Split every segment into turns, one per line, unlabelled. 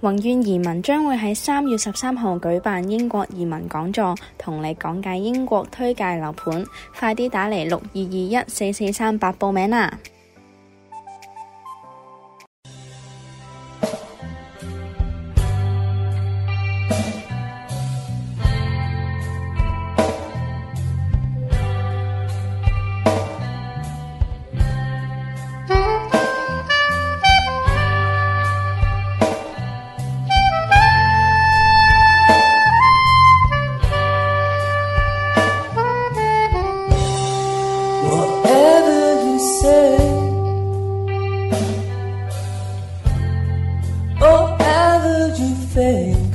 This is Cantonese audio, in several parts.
宏願移民將會喺三月十三號舉辦英國移民講座，同你講解英國推介樓盤，快啲打嚟六二二一四四三八報名啦！
Whatever you say, or ever you think,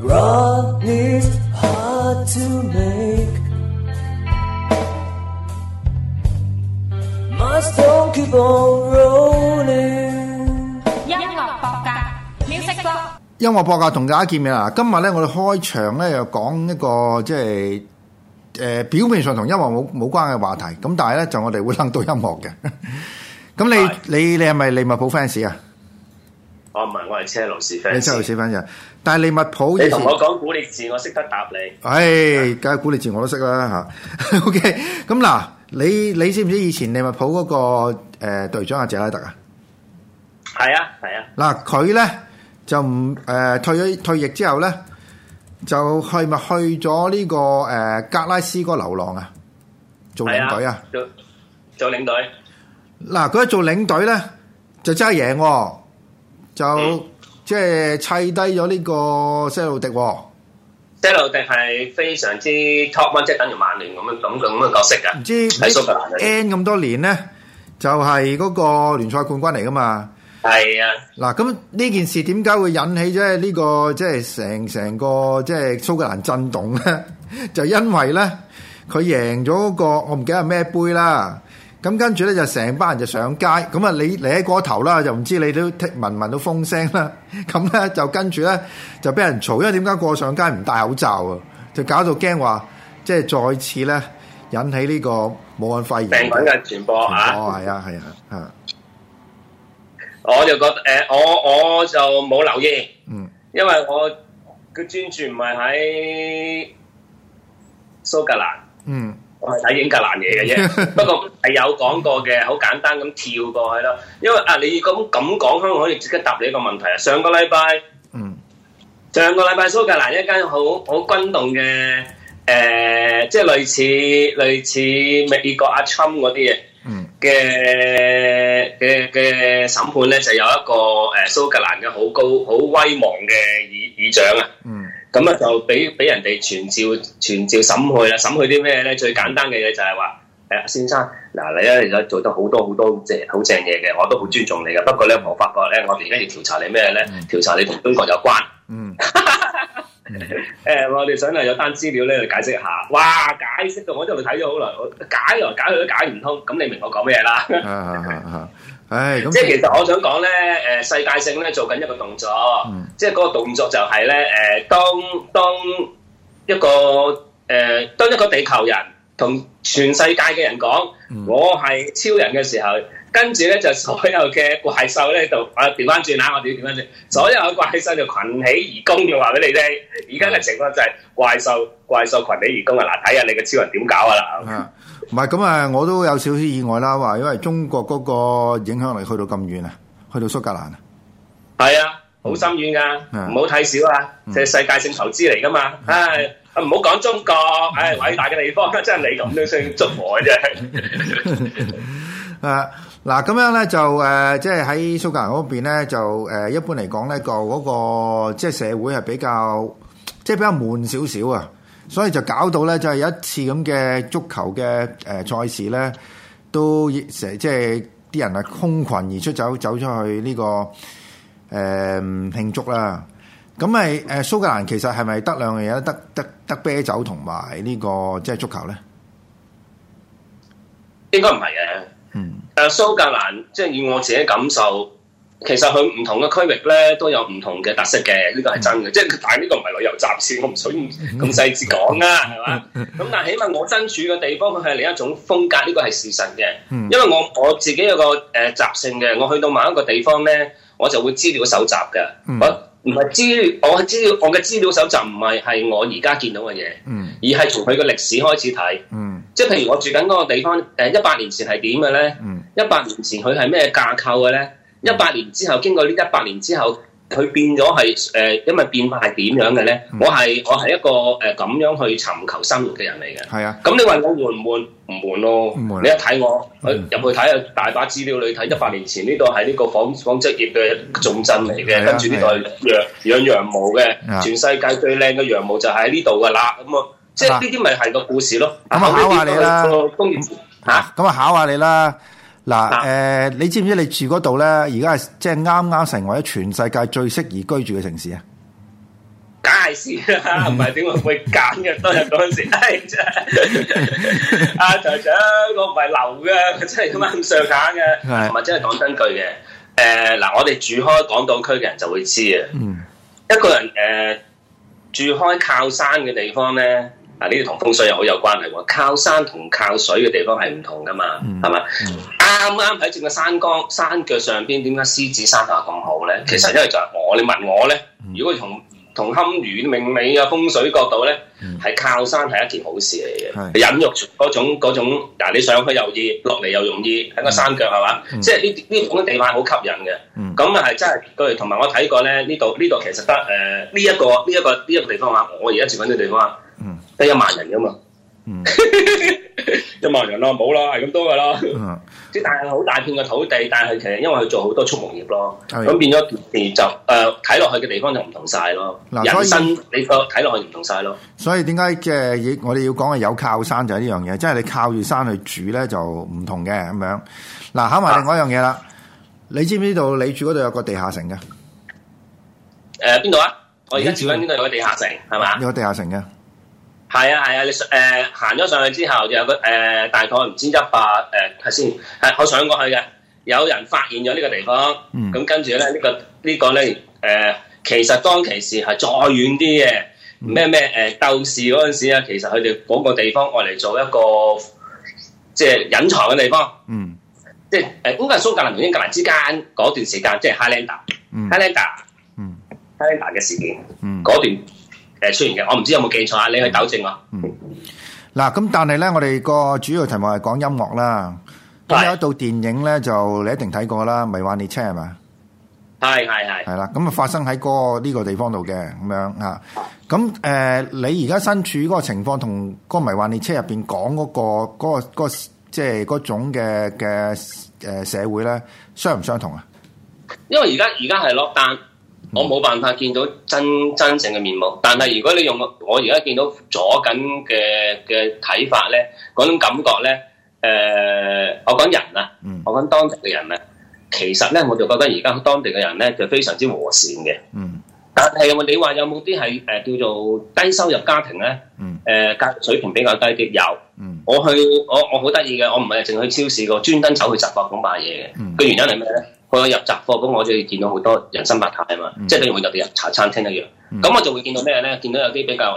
wrong is hard to make. My stone keep on rolling.
音樂博格 music blog。
音樂博格同大家見面啦！今日咧，我哋開場咧又講一個即係誒、呃表面上同音樂冇冇關嘅話題，咁但係咧就我哋會諗到音樂嘅。 咁你你你係咪利物浦 fans 啊？
哦我唔係，我係車路士
你
fans。
真係小 fans 啊！但係利物浦以
你
前
同，我講古力字，我識得答你。
唉，梗係古力字我都識啦嚇。OK，咁 嗱，你你知唔知以前利物浦嗰、個誒、呃、隊長阿謝拉特啊？
係啊，係啊，
嗱，佢咧就唔誒、呃退咗退役之後咧，就係咪去咗呢、個誒、呃格拉斯哥流浪啊，做
係
領隊啊？，
啊做做領隊。
嗱，佢一做領隊咧就真係贏喎、就、
嗯
即係砌低咗呢個西路迪喎、
西路迪係非常之 top one，即係等於曼聯咁樣咁咁嘅角色㗎。
唔知
喺蘇格蘭嗰啲
N 咁多年咧，就係、嗰個聯賽冠軍嚟噶嘛。
係啊，
嗱，咁呢件事點解會引起咗呢個即係成成個即係蘇格蘭震動咧？ 就因為咧佢贏咗嗰個我唔記得係咩杯啦。咁跟住咧就成班人就上街，咁啊你你喺嗰頭啦，就唔知你都聽聞唔聞到風聲啦。 咁咧就跟住咧就俾人嘈，因為點解過上街唔戴口罩啊？就搞到驚話，即係再次咧引起呢個武漢肺炎
病菌嘅傳播啊。
哦，係啊，係啊，啊，
我就覺得誒、我我就冇留意，
嗯，
因為我嘅專注唔係喺蘇格蘭。
嗯，
我係睇英格蘭嘢嘅啫，不過係有講過嘅，好簡單咁跳過去咯。因為啊，你咁咁講，香港可以即刻答你一個問題啊。上個禮拜，
嗯，
上個禮拜蘇格蘭一間好好轟動嘅誒、呃即係類似類似美國阿侵嗰啲嘢
嗯，
嘅嘅嘅審判咧，就有一個誒、呃、蘇格蘭嘅好高好威望嘅議議長啊。
嗯。
咁啊就俾俾人哋傳召傳召審佢啦，審佢啲咩咧？最簡單嘅嘢就係話，誒、先生，嗱你咧而家做得好多好多正好正嘢嘅，我都好尊重你嘅。不過咧，我發覺咧，我哋而家要調查你咩咧？調查你同中國有關。
嗯，
誒、我哋想嚟有單資料咧，就解釋一下。哇，解釋到我真係睇咗好耐，我解來解去都解唔通。咁你明我講咩啦？
啊啊啊啊！唉，咁
即係其實我想講咧，誒、世界性咧做緊一個動作，
嗯
即係嗰個動作就係咧，誒、當當一個誒、當一個地球人同全世界嘅人講、
嗯
我係超人嘅時候，跟住咧就所有嘅怪獸咧就啊調翻轉啦，我哋調翻轉，所有嘅怪獸就群起而攻嘅話俾你聽。而家嘅情況就係怪獸怪獸群起而攻啊！嗱，睇下你嘅超人點搞啊啦！
啊，唔係咁啊，我都有少少意外啦，話因為中國嗰個影響力去到咁遠啊，去到蘇格蘭啊，
係啊，好深遠噶，
嗯
唔好睇少啊！即係世界性投資嚟噶嘛，唉，唔好講中國，唉，偉大嘅地方，真係你咁都想捉我嘅啫。
誒啊嗱咁樣咧就誒、即係喺蘇格蘭嗰邊咧就誒、一般嚟講咧個嗰個即係社會係比較即係比較悶少少啊，所以就搞到咧就係有一次咁嘅足球嘅誒賽事咧，都成即係啲人啊空群而出走走出去呢、個誒、慶祝啦。咁咪誒蘇格蘭其實係咪得兩樣嘢咧？得得得啤酒同埋呢個即係足球咧？
應該唔係嘅。
嗯
誒呃蘇格蘭即係以我自己感受，其實佢唔同嘅區域咧都有唔同嘅特色嘅，呢個係真
嗯
嘅。即係但係呢個唔係旅遊雜誌，我唔想咁細緻講啦，係嘛？
嗯
咁但係起碼我身處嘅地方，佢係另一種風格，呢個係事實嘅。
嗯
因為我我自己有個誒、呃、習性嘅，我去到某一個地方咧，我就會資料搜集嘅。
嗯
我唔係資料，我係資料，我嘅資料搜集唔係係我而家見到嘅嘢，
嗯
而係從佢嘅歷史開始睇。
嗯
即係譬如我住緊嗰個地方，呃誒一百年前係點嘅咧？
嗯
一百年前佢係咩架構嘅咧？一百年之後經過呢一百年之後，佢變咗係誒，因為變化係點樣嘅咧？
嗯
我係我係一個誒咁、樣去尋求生活嘅人嚟嘅。
係啊，
咁你話我悶唔悶？唔悶咯。
唔悶
你一睇我，我
嗯
入去睇有大把資料，你睇一百年前呢度係呢個紡紡織業嘅重鎮嚟
係啊
嘅，跟住呢度係養養羊毛嘅
啊，
全世界最靚嘅羊毛就喺呢度噶啦。咁啊，即係
啊
呢啲咪係個故事咯。
咁啊考下你啦
後尾變咗去個工業嚇。
咁啊考下你啦。嗱誒、
啊
你知唔知你住嗰度咧？而家係即係啱啱成為咗全世界最適宜居住嘅城市啊！
梗係是啦，唔係點會會揀嘅？當日嗰陣時，唉真係阿台長，我唔係流嘅，真係咁啱上下
係
嘅，同埋真係講真句嘅。誒嗱，我哋住開港島區嘅人就會知啊嘅。
嗯
一個人誒、呃住開靠山嘅地方咧，啊呢啲同風水又好有關係喎。靠山同靠水嘅地方係唔同噶嘛
嗯，
係咪、啱啱喺正個山崗山腳上邊，點解獅子山下咁好
嗯
咧？其實因為就係我，你問我咧，如果從同堪輿命理啊風水角度咧，係、靠山係一件好事嚟
嗯係
嘅，隱育嗰種嗰種嗱，你上去又易，落嚟又容易，喺個山腳係嘛？
嗯
即係呢呢種地塊好吸引嘅。
嗯
咁啊係真係佢同埋我睇過咧，呢度呢度其實得誒呢一個呢一個呢一個地方啊，我而家住緊呢個地方啊
嗯，
得一萬人噶嘛，
嗯
一萬人咯，冇啦，係咁多噶啦。
嗯
即係但係好大片嘅土地，但係其實因為佢做好多畜牧業咯，
係
咁變咗件事就誒睇落去嘅地方就唔同晒咯，
嗱所以
人生你個睇落去唔同晒咯。
所以點解嘅嘢我哋要講係有靠山就係呢樣嘢，即係你靠住山去煮咧就唔同嘅咁樣。嗱，考埋另外一樣嘢啦，你知唔知道你住嗰度有個地下城嘅？
誒邊度啊？我而家
你住
住緊呢度有個地下城係嘛？
有個地下城嘅，
係啊係啊，你上誒行咗上去之後，有個誒、呃大概唔知一百誒呃係先係我上過去嘅，有人發現咗呢個地方，咁、
嗯
跟住咧呢、個呢、個咧誒、呃其實當其時係再遠啲嘅
嗯
咩咩誒鬥士嗰陣時啊，其實佢哋嗰個地方我嚟做一個即係隱藏嘅地方，
嗯
即係誒應該係蘇格蘭同英格蘭之間嗰段時間，即係 Highlander、
嗯
Highlander
嗯
Highlander 嘅事件
嗯。
嗰段呃誒出現嘅，我唔知有冇記錯啊，你去糾正我。
嗯嗱，咁但係咧，我哋個主要題目係講音樂啦。咁
係
有一套電影咧，就你一定睇過啦，《迷幻列車》係嘛？
係係係。
係啦，咁啊發生喺嗰個呢個地方度嘅咁樣嚇。咁誒、呃你而家身處嗰個情況同嗰個迷幻列車入邊講嗰個嗰、個嗰個即係嗰種嘅嘅誒社會咧，相唔相同啊？
因為而家而家係 lock down，我冇辦法見到真真正嘅面目。但係如果你用我我而家見到左緊嘅嘅睇法咧，嗰種感覺咧，誒、我講人啊
嗯，
我講當地嘅人啊，其實咧我就覺得而家當地嘅人咧就非常之和善嘅。
嗯
但係我你話有冇啲係誒叫做低收入家庭咧？
嗯
誒、教育水平比較低啲有。
嗯
我去我我好得意嘅，我唔係淨去超市嘅，我專登走去雜貨館買嘢
嗯
嘅。個、原因係咩咧？我入雜貨館，我就會見到好多人生百態啊嘛，
嗯
即係等於我入入茶餐廳一樣。
嗯
咁、我就會見到咩咧？見到有啲比較誒誒誒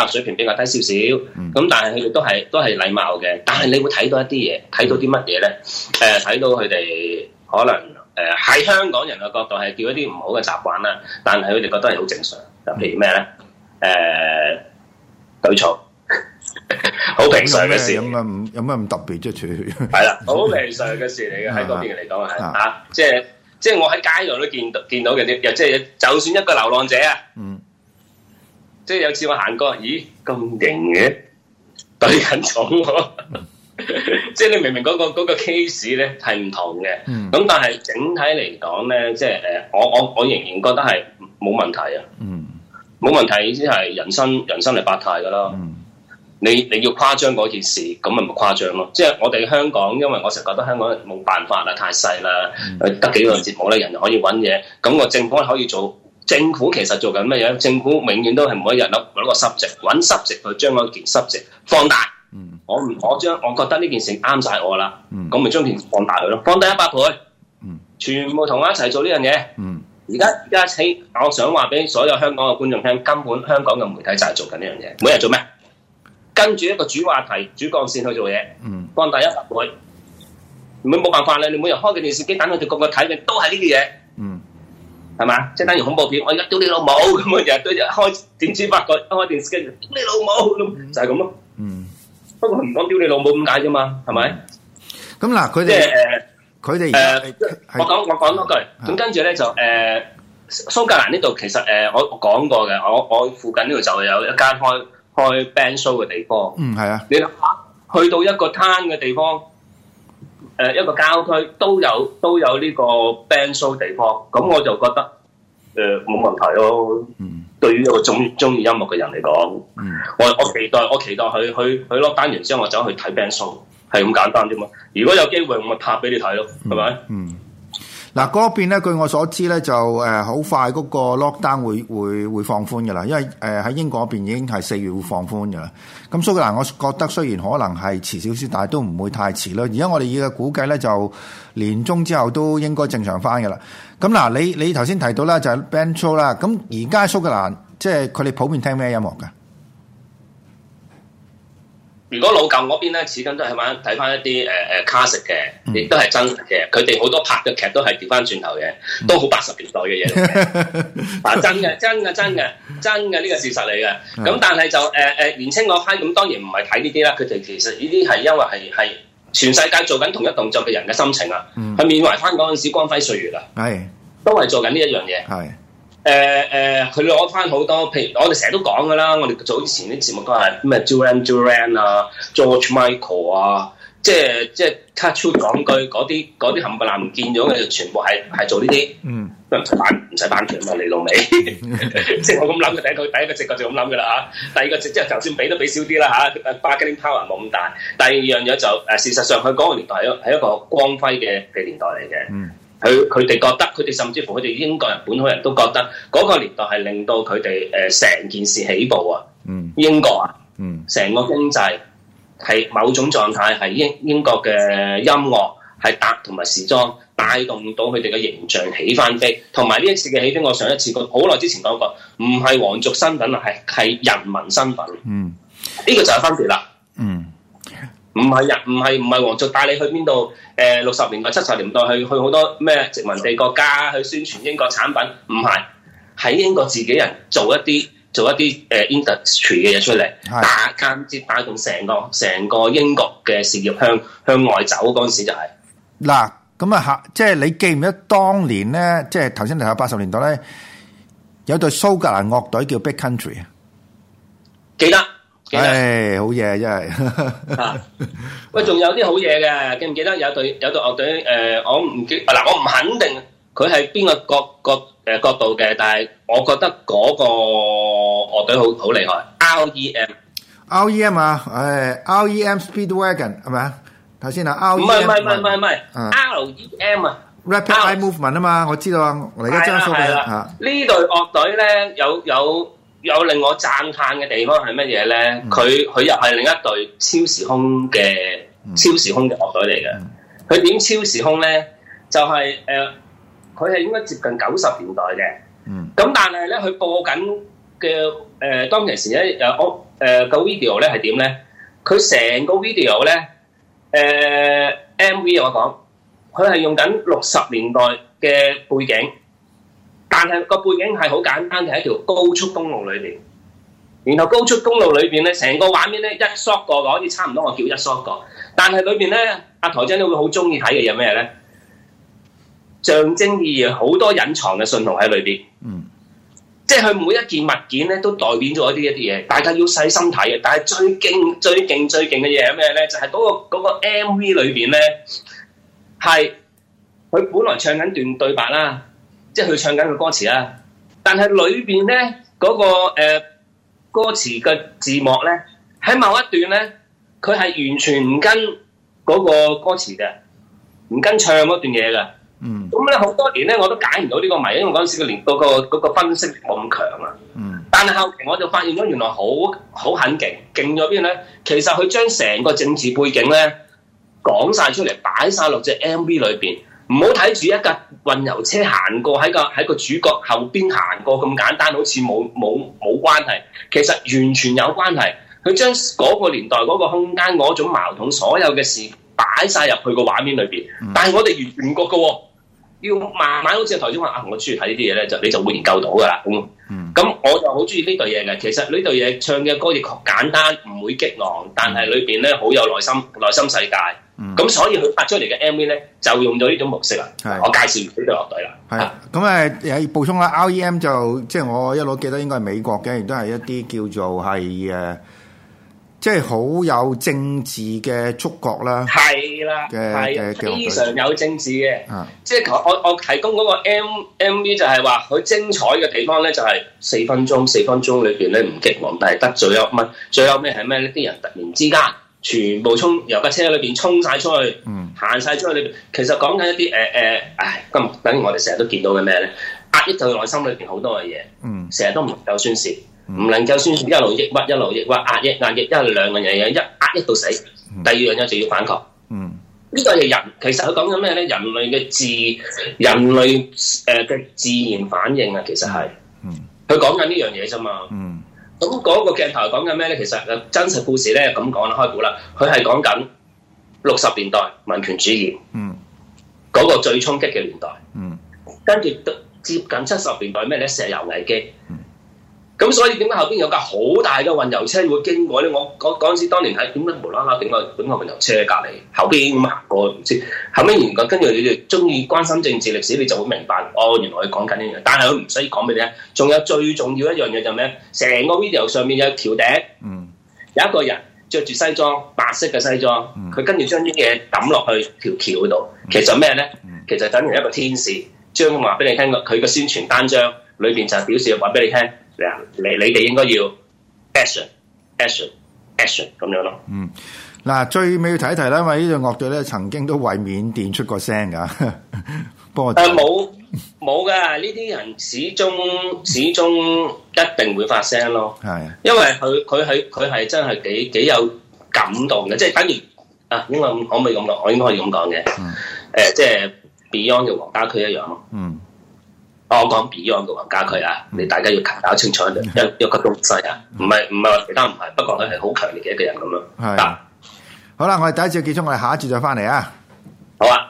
教育水平比較低少少，咁、
嗯
但係佢哋都係都係禮貌嘅。但係你會睇到一啲嘢，睇到啲乜嘢咧？誒、
嗯
睇到佢哋可能誒喺、香港人嘅角度係叫一啲唔好嘅習慣啦，但係佢哋覺得係好正常。就譬如咩咧？誒、呃舉措， 好平常嘅事
有。咩咁啊有咩咁特別啫？處
係啦，好平常嘅事嚟 嘅，喺嗰邊嚟講係
啊
嚇，即係即係我喺街度都見到見到嘅啲，又即係就算一個流浪者啊，
嗯
即係有次我行過，咦咁型嘅，對緊重喎，
嗯
即係你明明嗰、個嗰、個 case 咧係唔同嘅，咁、
嗯
但係整體嚟講咧，即係誒，我我我仍然覺得係冇問題啊，
嗯
冇問題意思係人生人生係百態㗎啦。
嗯
你你要誇張嗰件事，咁咪咪誇張咯。即係我哋香港，因為我成日覺得香港人
嗯
冇辦法啦，太細啦，誒得幾個節目咧，人就可以揾嘢。咁個政府可以做政府其實做緊乜嘢？政府永遠都係每一日攞攞個濕值，揾濕值去將嗰件濕值放大。
嗯
我唔我將我覺得呢件事啱晒我啦，
嗯
咁咪將件事放大佢咯，放大一百倍
嗯，
全部同我一齊做呢樣嘢。
嗯
而家而家喺我想話俾所有香港嘅觀眾聽，根本香港嘅媒體就係做緊呢樣嘢，每日做咩？跟住一個主話題、主幹線去做嘢，
嗯
放大一百倍。你冇辦法啦，你每日開嘅電視機，等佢哋個個睇嘅都係呢啲嘢。
嗯
係嘛？即係等於恐怖片，我而家屌你老母咁樣，日日都日開，點知發覺一開電視機就屌你老母咁，就係咁咯。
嗯。
不過唔講屌你老母咁解啫嘛，係咪？
咁嗱，佢
即係
哋
誒
佢哋
誒，我講我講多句，
係
咁跟住咧就誒蘇格蘭呢度其實誒我我講過嘅，我我附近呢度就有一間開開 band show 嘅地方。
嗯係啊，
你諗下，去到一個灘嘅地方，誒、一個郊區都有都有呢個 band show 地方，咁我就覺得誒冇、問題咯。
嗯
對於一個中中意音樂嘅人嚟講，
嗯
我我期待我期待佢佢佢落單完之後，我走去睇 band show，係咁簡單啫嘛。如果有機會，我咪拍俾你睇咯，係咪？
嗯。嗱嗰邊咧，據我所知咧，就誒好快嗰個 lockdown 會會會放寬嘅啦，因為誒喺英國嗰邊已經係四月會放寬嘅啦。咁蘇格蘭，我覺得雖然可能係遲少少，但係都唔會太遲啦。而家我哋以嘅估計咧，就年中之後都應該正常翻嘅啦。咁嗱，你你頭先提到啦，就係 band show 啦。咁而家蘇格蘭即係佢哋普遍聽咩音樂㗎？
如果老舊嗰邊咧，始終都係玩睇翻一啲誒誒卡式嘅，亦都係真實嘅。佢哋好多拍嘅劇都係調翻轉頭嘅，都好八十年代嘅嘢嚟嘅。嗱，真嘅，真嘅，真嘅，真嘅呢個事實嚟嘅。咁但係就誒誒、年青嗰批咁當然唔係睇呢啲啦，佢哋其實呢啲係因為係係全世界做緊同一動作嘅人嘅心情啊，
嗯
去緬懷翻嗰陣時光輝歲月啊，
係
都係做緊呢一樣嘢。
係
誒誒，佢攞翻好多，譬如我哋成日都講噶啦，我哋早以前啲節目都係咩 Duran Duran 啊、George Michael 啊，即係即係 cut through 講句嗰啲嗰啲冚唪唥唔見咗嘅，全部係係做呢啲，
嗯
唔使版唔使版權啊嘛，你老 味，即係我咁諗嘅第一個第一個直覺就咁諗噶啦啊嚇，第二個直即係就算俾都俾少啲啦嚇，bargaining power 冇咁大。第二樣嘢就誒、事實上佢嗰個年代係一係一個光輝嘅嘅年代嚟嘅。
嗯
佢佢哋覺得，佢哋甚至乎佢哋英國人、本土人都覺得嗰、個年代係令到佢哋誒成件事起步啊！
嗯
英國啊，
嗯
成個經濟係某種狀態，係英英國嘅音樂係搭同埋時裝帶動到佢哋嘅形象起翻飛，同埋呢一次嘅起飛，我上一次講好耐之前講過，唔係皇族身份啊，係係人民身份，呢、
嗯
個就係分別啦。
嗯
唔係人，唔係唔係皇族帶你去邊度？誒六十年代、七十年代去去好多咩殖民地國家去宣傳英國產品，唔係喺英國自己人做一啲做一啲誒、呃 industry 嘅嘢出嚟，
係
帶間接帶動成個成個英國嘅事業向向外走嗰陣時就係、
嗱，咁啊嚇，即係你記唔記得當年咧，即係頭先提下八十年代咧，有隊蘇格蘭樂隊叫 Big Country 啊，
記得記得。
唉，好嘢真 係，
啊！喂，仲有啲好嘢嘅，記唔記得有隊有隊樂隊？誒、呃我唔記嗱，我唔肯定佢係邊個角角誒角度嘅，但係我覺得嗰個樂隊好好厲害。R.E.M. E
REM 啊，唉，REM Speedwagon 係咪啊？頭先啊
唔
，REM
係唔係唔係唔係唔係
啊
R.E.M. 啊！
Rapid Eye Movement 啊嘛，我知道啊，我哋而家將
係
數
啦
俾
係
你
啦
嚇，
呢隊樂隊咧有有有令我讚歎嘅地方係乜嘢咧？
嗯
佢佢又係另一隊超時空嘅
嗯
超時空嘅樂隊嚟嘅。佢點超時空咧？就係、誒，佢、係應該接近九十年代嘅。
嗯
咁但係咧，佢播緊嘅誒當其時咧，有我誒個 video 咧係點咧？佢成個 video 咧，誒、MV 我講，佢係用緊六十年代嘅背景，但係個背景係好簡單嘅，喺條高速公路裏邊。然後高速公路裏邊咧，成個畫面咧一 shot 過嘅，可以差唔多我叫一 shot 過。但係裏邊咧，阿台長你會好中意睇嘅嘢咩咧？象徵意義好多隱藏嘅信號喺裏邊。
嗯
即係佢每一件物件咧都代表咗一啲一啲嘢，大家要細心睇嘅。但係最勁、最勁、最勁嘅嘢係咩咧？就係、嗰、個嗰、個 MV 裏邊咧，係佢本來唱緊段對白啦，即係佢唱緊個歌詞啦。但係裏邊咧嗰個、呃、歌詞嘅字幕咧，喺某一段咧，佢係完全唔跟嗰個歌詞嘅，唔跟唱嗰段嘢嘅，
嗯
咁咧好多年咧我都解唔到呢個謎，因為嗰陣時個年嗰、個嗰個分析力冇咁強啊。
嗯
但係後期我就發現咗原來好好很勁，勁咗邊咧？其實佢將成個政治背景咧講晒出嚟，擺晒落只 M V 裏邊。唔好睇住一架運油車行過喺個喺個主角後邊行過咁簡單，好似冇冇冇關係。其實完全有關係。佢將嗰個年代嗰個空間嗰種矛盾，所有嘅事擺晒入去個畫面裏邊。但係我哋完全唔覺嘅喎，要慢慢好似台中話啊，我中意睇呢啲嘢咧，就你就會研究到㗎啦。咁
嗯
咁我就好中意呢對嘢嘅。其實呢對嘢唱嘅歌亦確簡單，唔會激昂，但係裏邊咧好有內心內心世界。
嗯
咁、所以佢拍出嚟嘅 MV 咧，就用咗呢種模式啦。
係
啊我介紹完呢隊樂隊啦。
係啊咁誒誒補充啦，REM 就即係我一路記得應該係美國嘅，亦都係一啲叫做係誒、呃即係好有政治嘅觸覺啦。
係啦，
嘅嘅
係啊
嘅樂隊
非常有政治嘅。
啊，
即係我我我提供嗰個 M M V 就係話佢精彩嘅地方咧，就係四分鐘四分鐘裏邊咧唔激昂，但係得最後唔係最後咩係咩呢？啲人突然之間全部衝由架車裏邊衝晒出去，
嗯
行晒出去裏邊。其實講緊一啲誒誒，唉，今日等於我哋成日都見到嘅咩咧？壓抑到內心裏邊好多嘅嘢，
嗯
成日都唔能夠宣泄，唔能夠宣泄，一路抑鬱，一路抑鬱，壓抑壓抑，一係兩樣嘢，一壓抑到死，第二樣嘢就要反抗。
嗯
呢個係人，其實佢講緊咩咧？人類嘅自人類誒嘅、自然反應啊，其實係
嗯
佢講緊呢樣嘢啫嘛。
嗯
咁嗰個鏡頭係講緊咩咧？其實誒真實故事咧咁講啦，開估啦，佢係講緊六十年代民權主義
嗯
嗰、個最衝擊嘅年代，
嗯
跟住到接近七十年代咩咧？石油危機。咁所以點解後邊有架好大嘅運油車會經過咧？我嗰嗰陣時當年喺點解無啦啦整個整個運油車喺隔離後邊咁行過唔知，後尾研究跟住你哋中意關心政治歷史，你就會明白哦，原來佢講緊呢樣嘢。但係佢唔使講俾你聽，仲有最重要一樣嘢就係咩？成個 video 上面有條頂
嗯
有一個人着住西裝，白色嘅西裝
嗯，
佢跟住將啲嘢抌落去條橋度，其實咩咧
嗯？
其實等於一個天使，將話俾你聽佢嘅宣傳單張裏邊就係表示話俾你聽，嗱你你哋應該要 action action action 咁樣咯。
嗯。嗱，最尾要提一提啦，因為呢隊樂隊咧曾經都為緬甸出過聲㗎， 不過就
誒冇冇噶，呢啲人始終始終一定會發聲咯。
係
因為佢佢係佢係真係幾幾有感動嘅，即係等於啊，應該咁可唔可以咁講？我應該可以咁講嘅。誒、
嗯
即係 Beyond 嘅黃家駒一樣咯。
嗯
啊我講 Beyond 嘅黃家駒啊，你大家要搞清楚
嗯
一一個東西啊，唔係唔係話其他唔係，不過佢係好強烈嘅一個人咁樣。
係
嗱，
好啦，我哋第一節結束，我哋下一節再翻嚟啊。
好啊。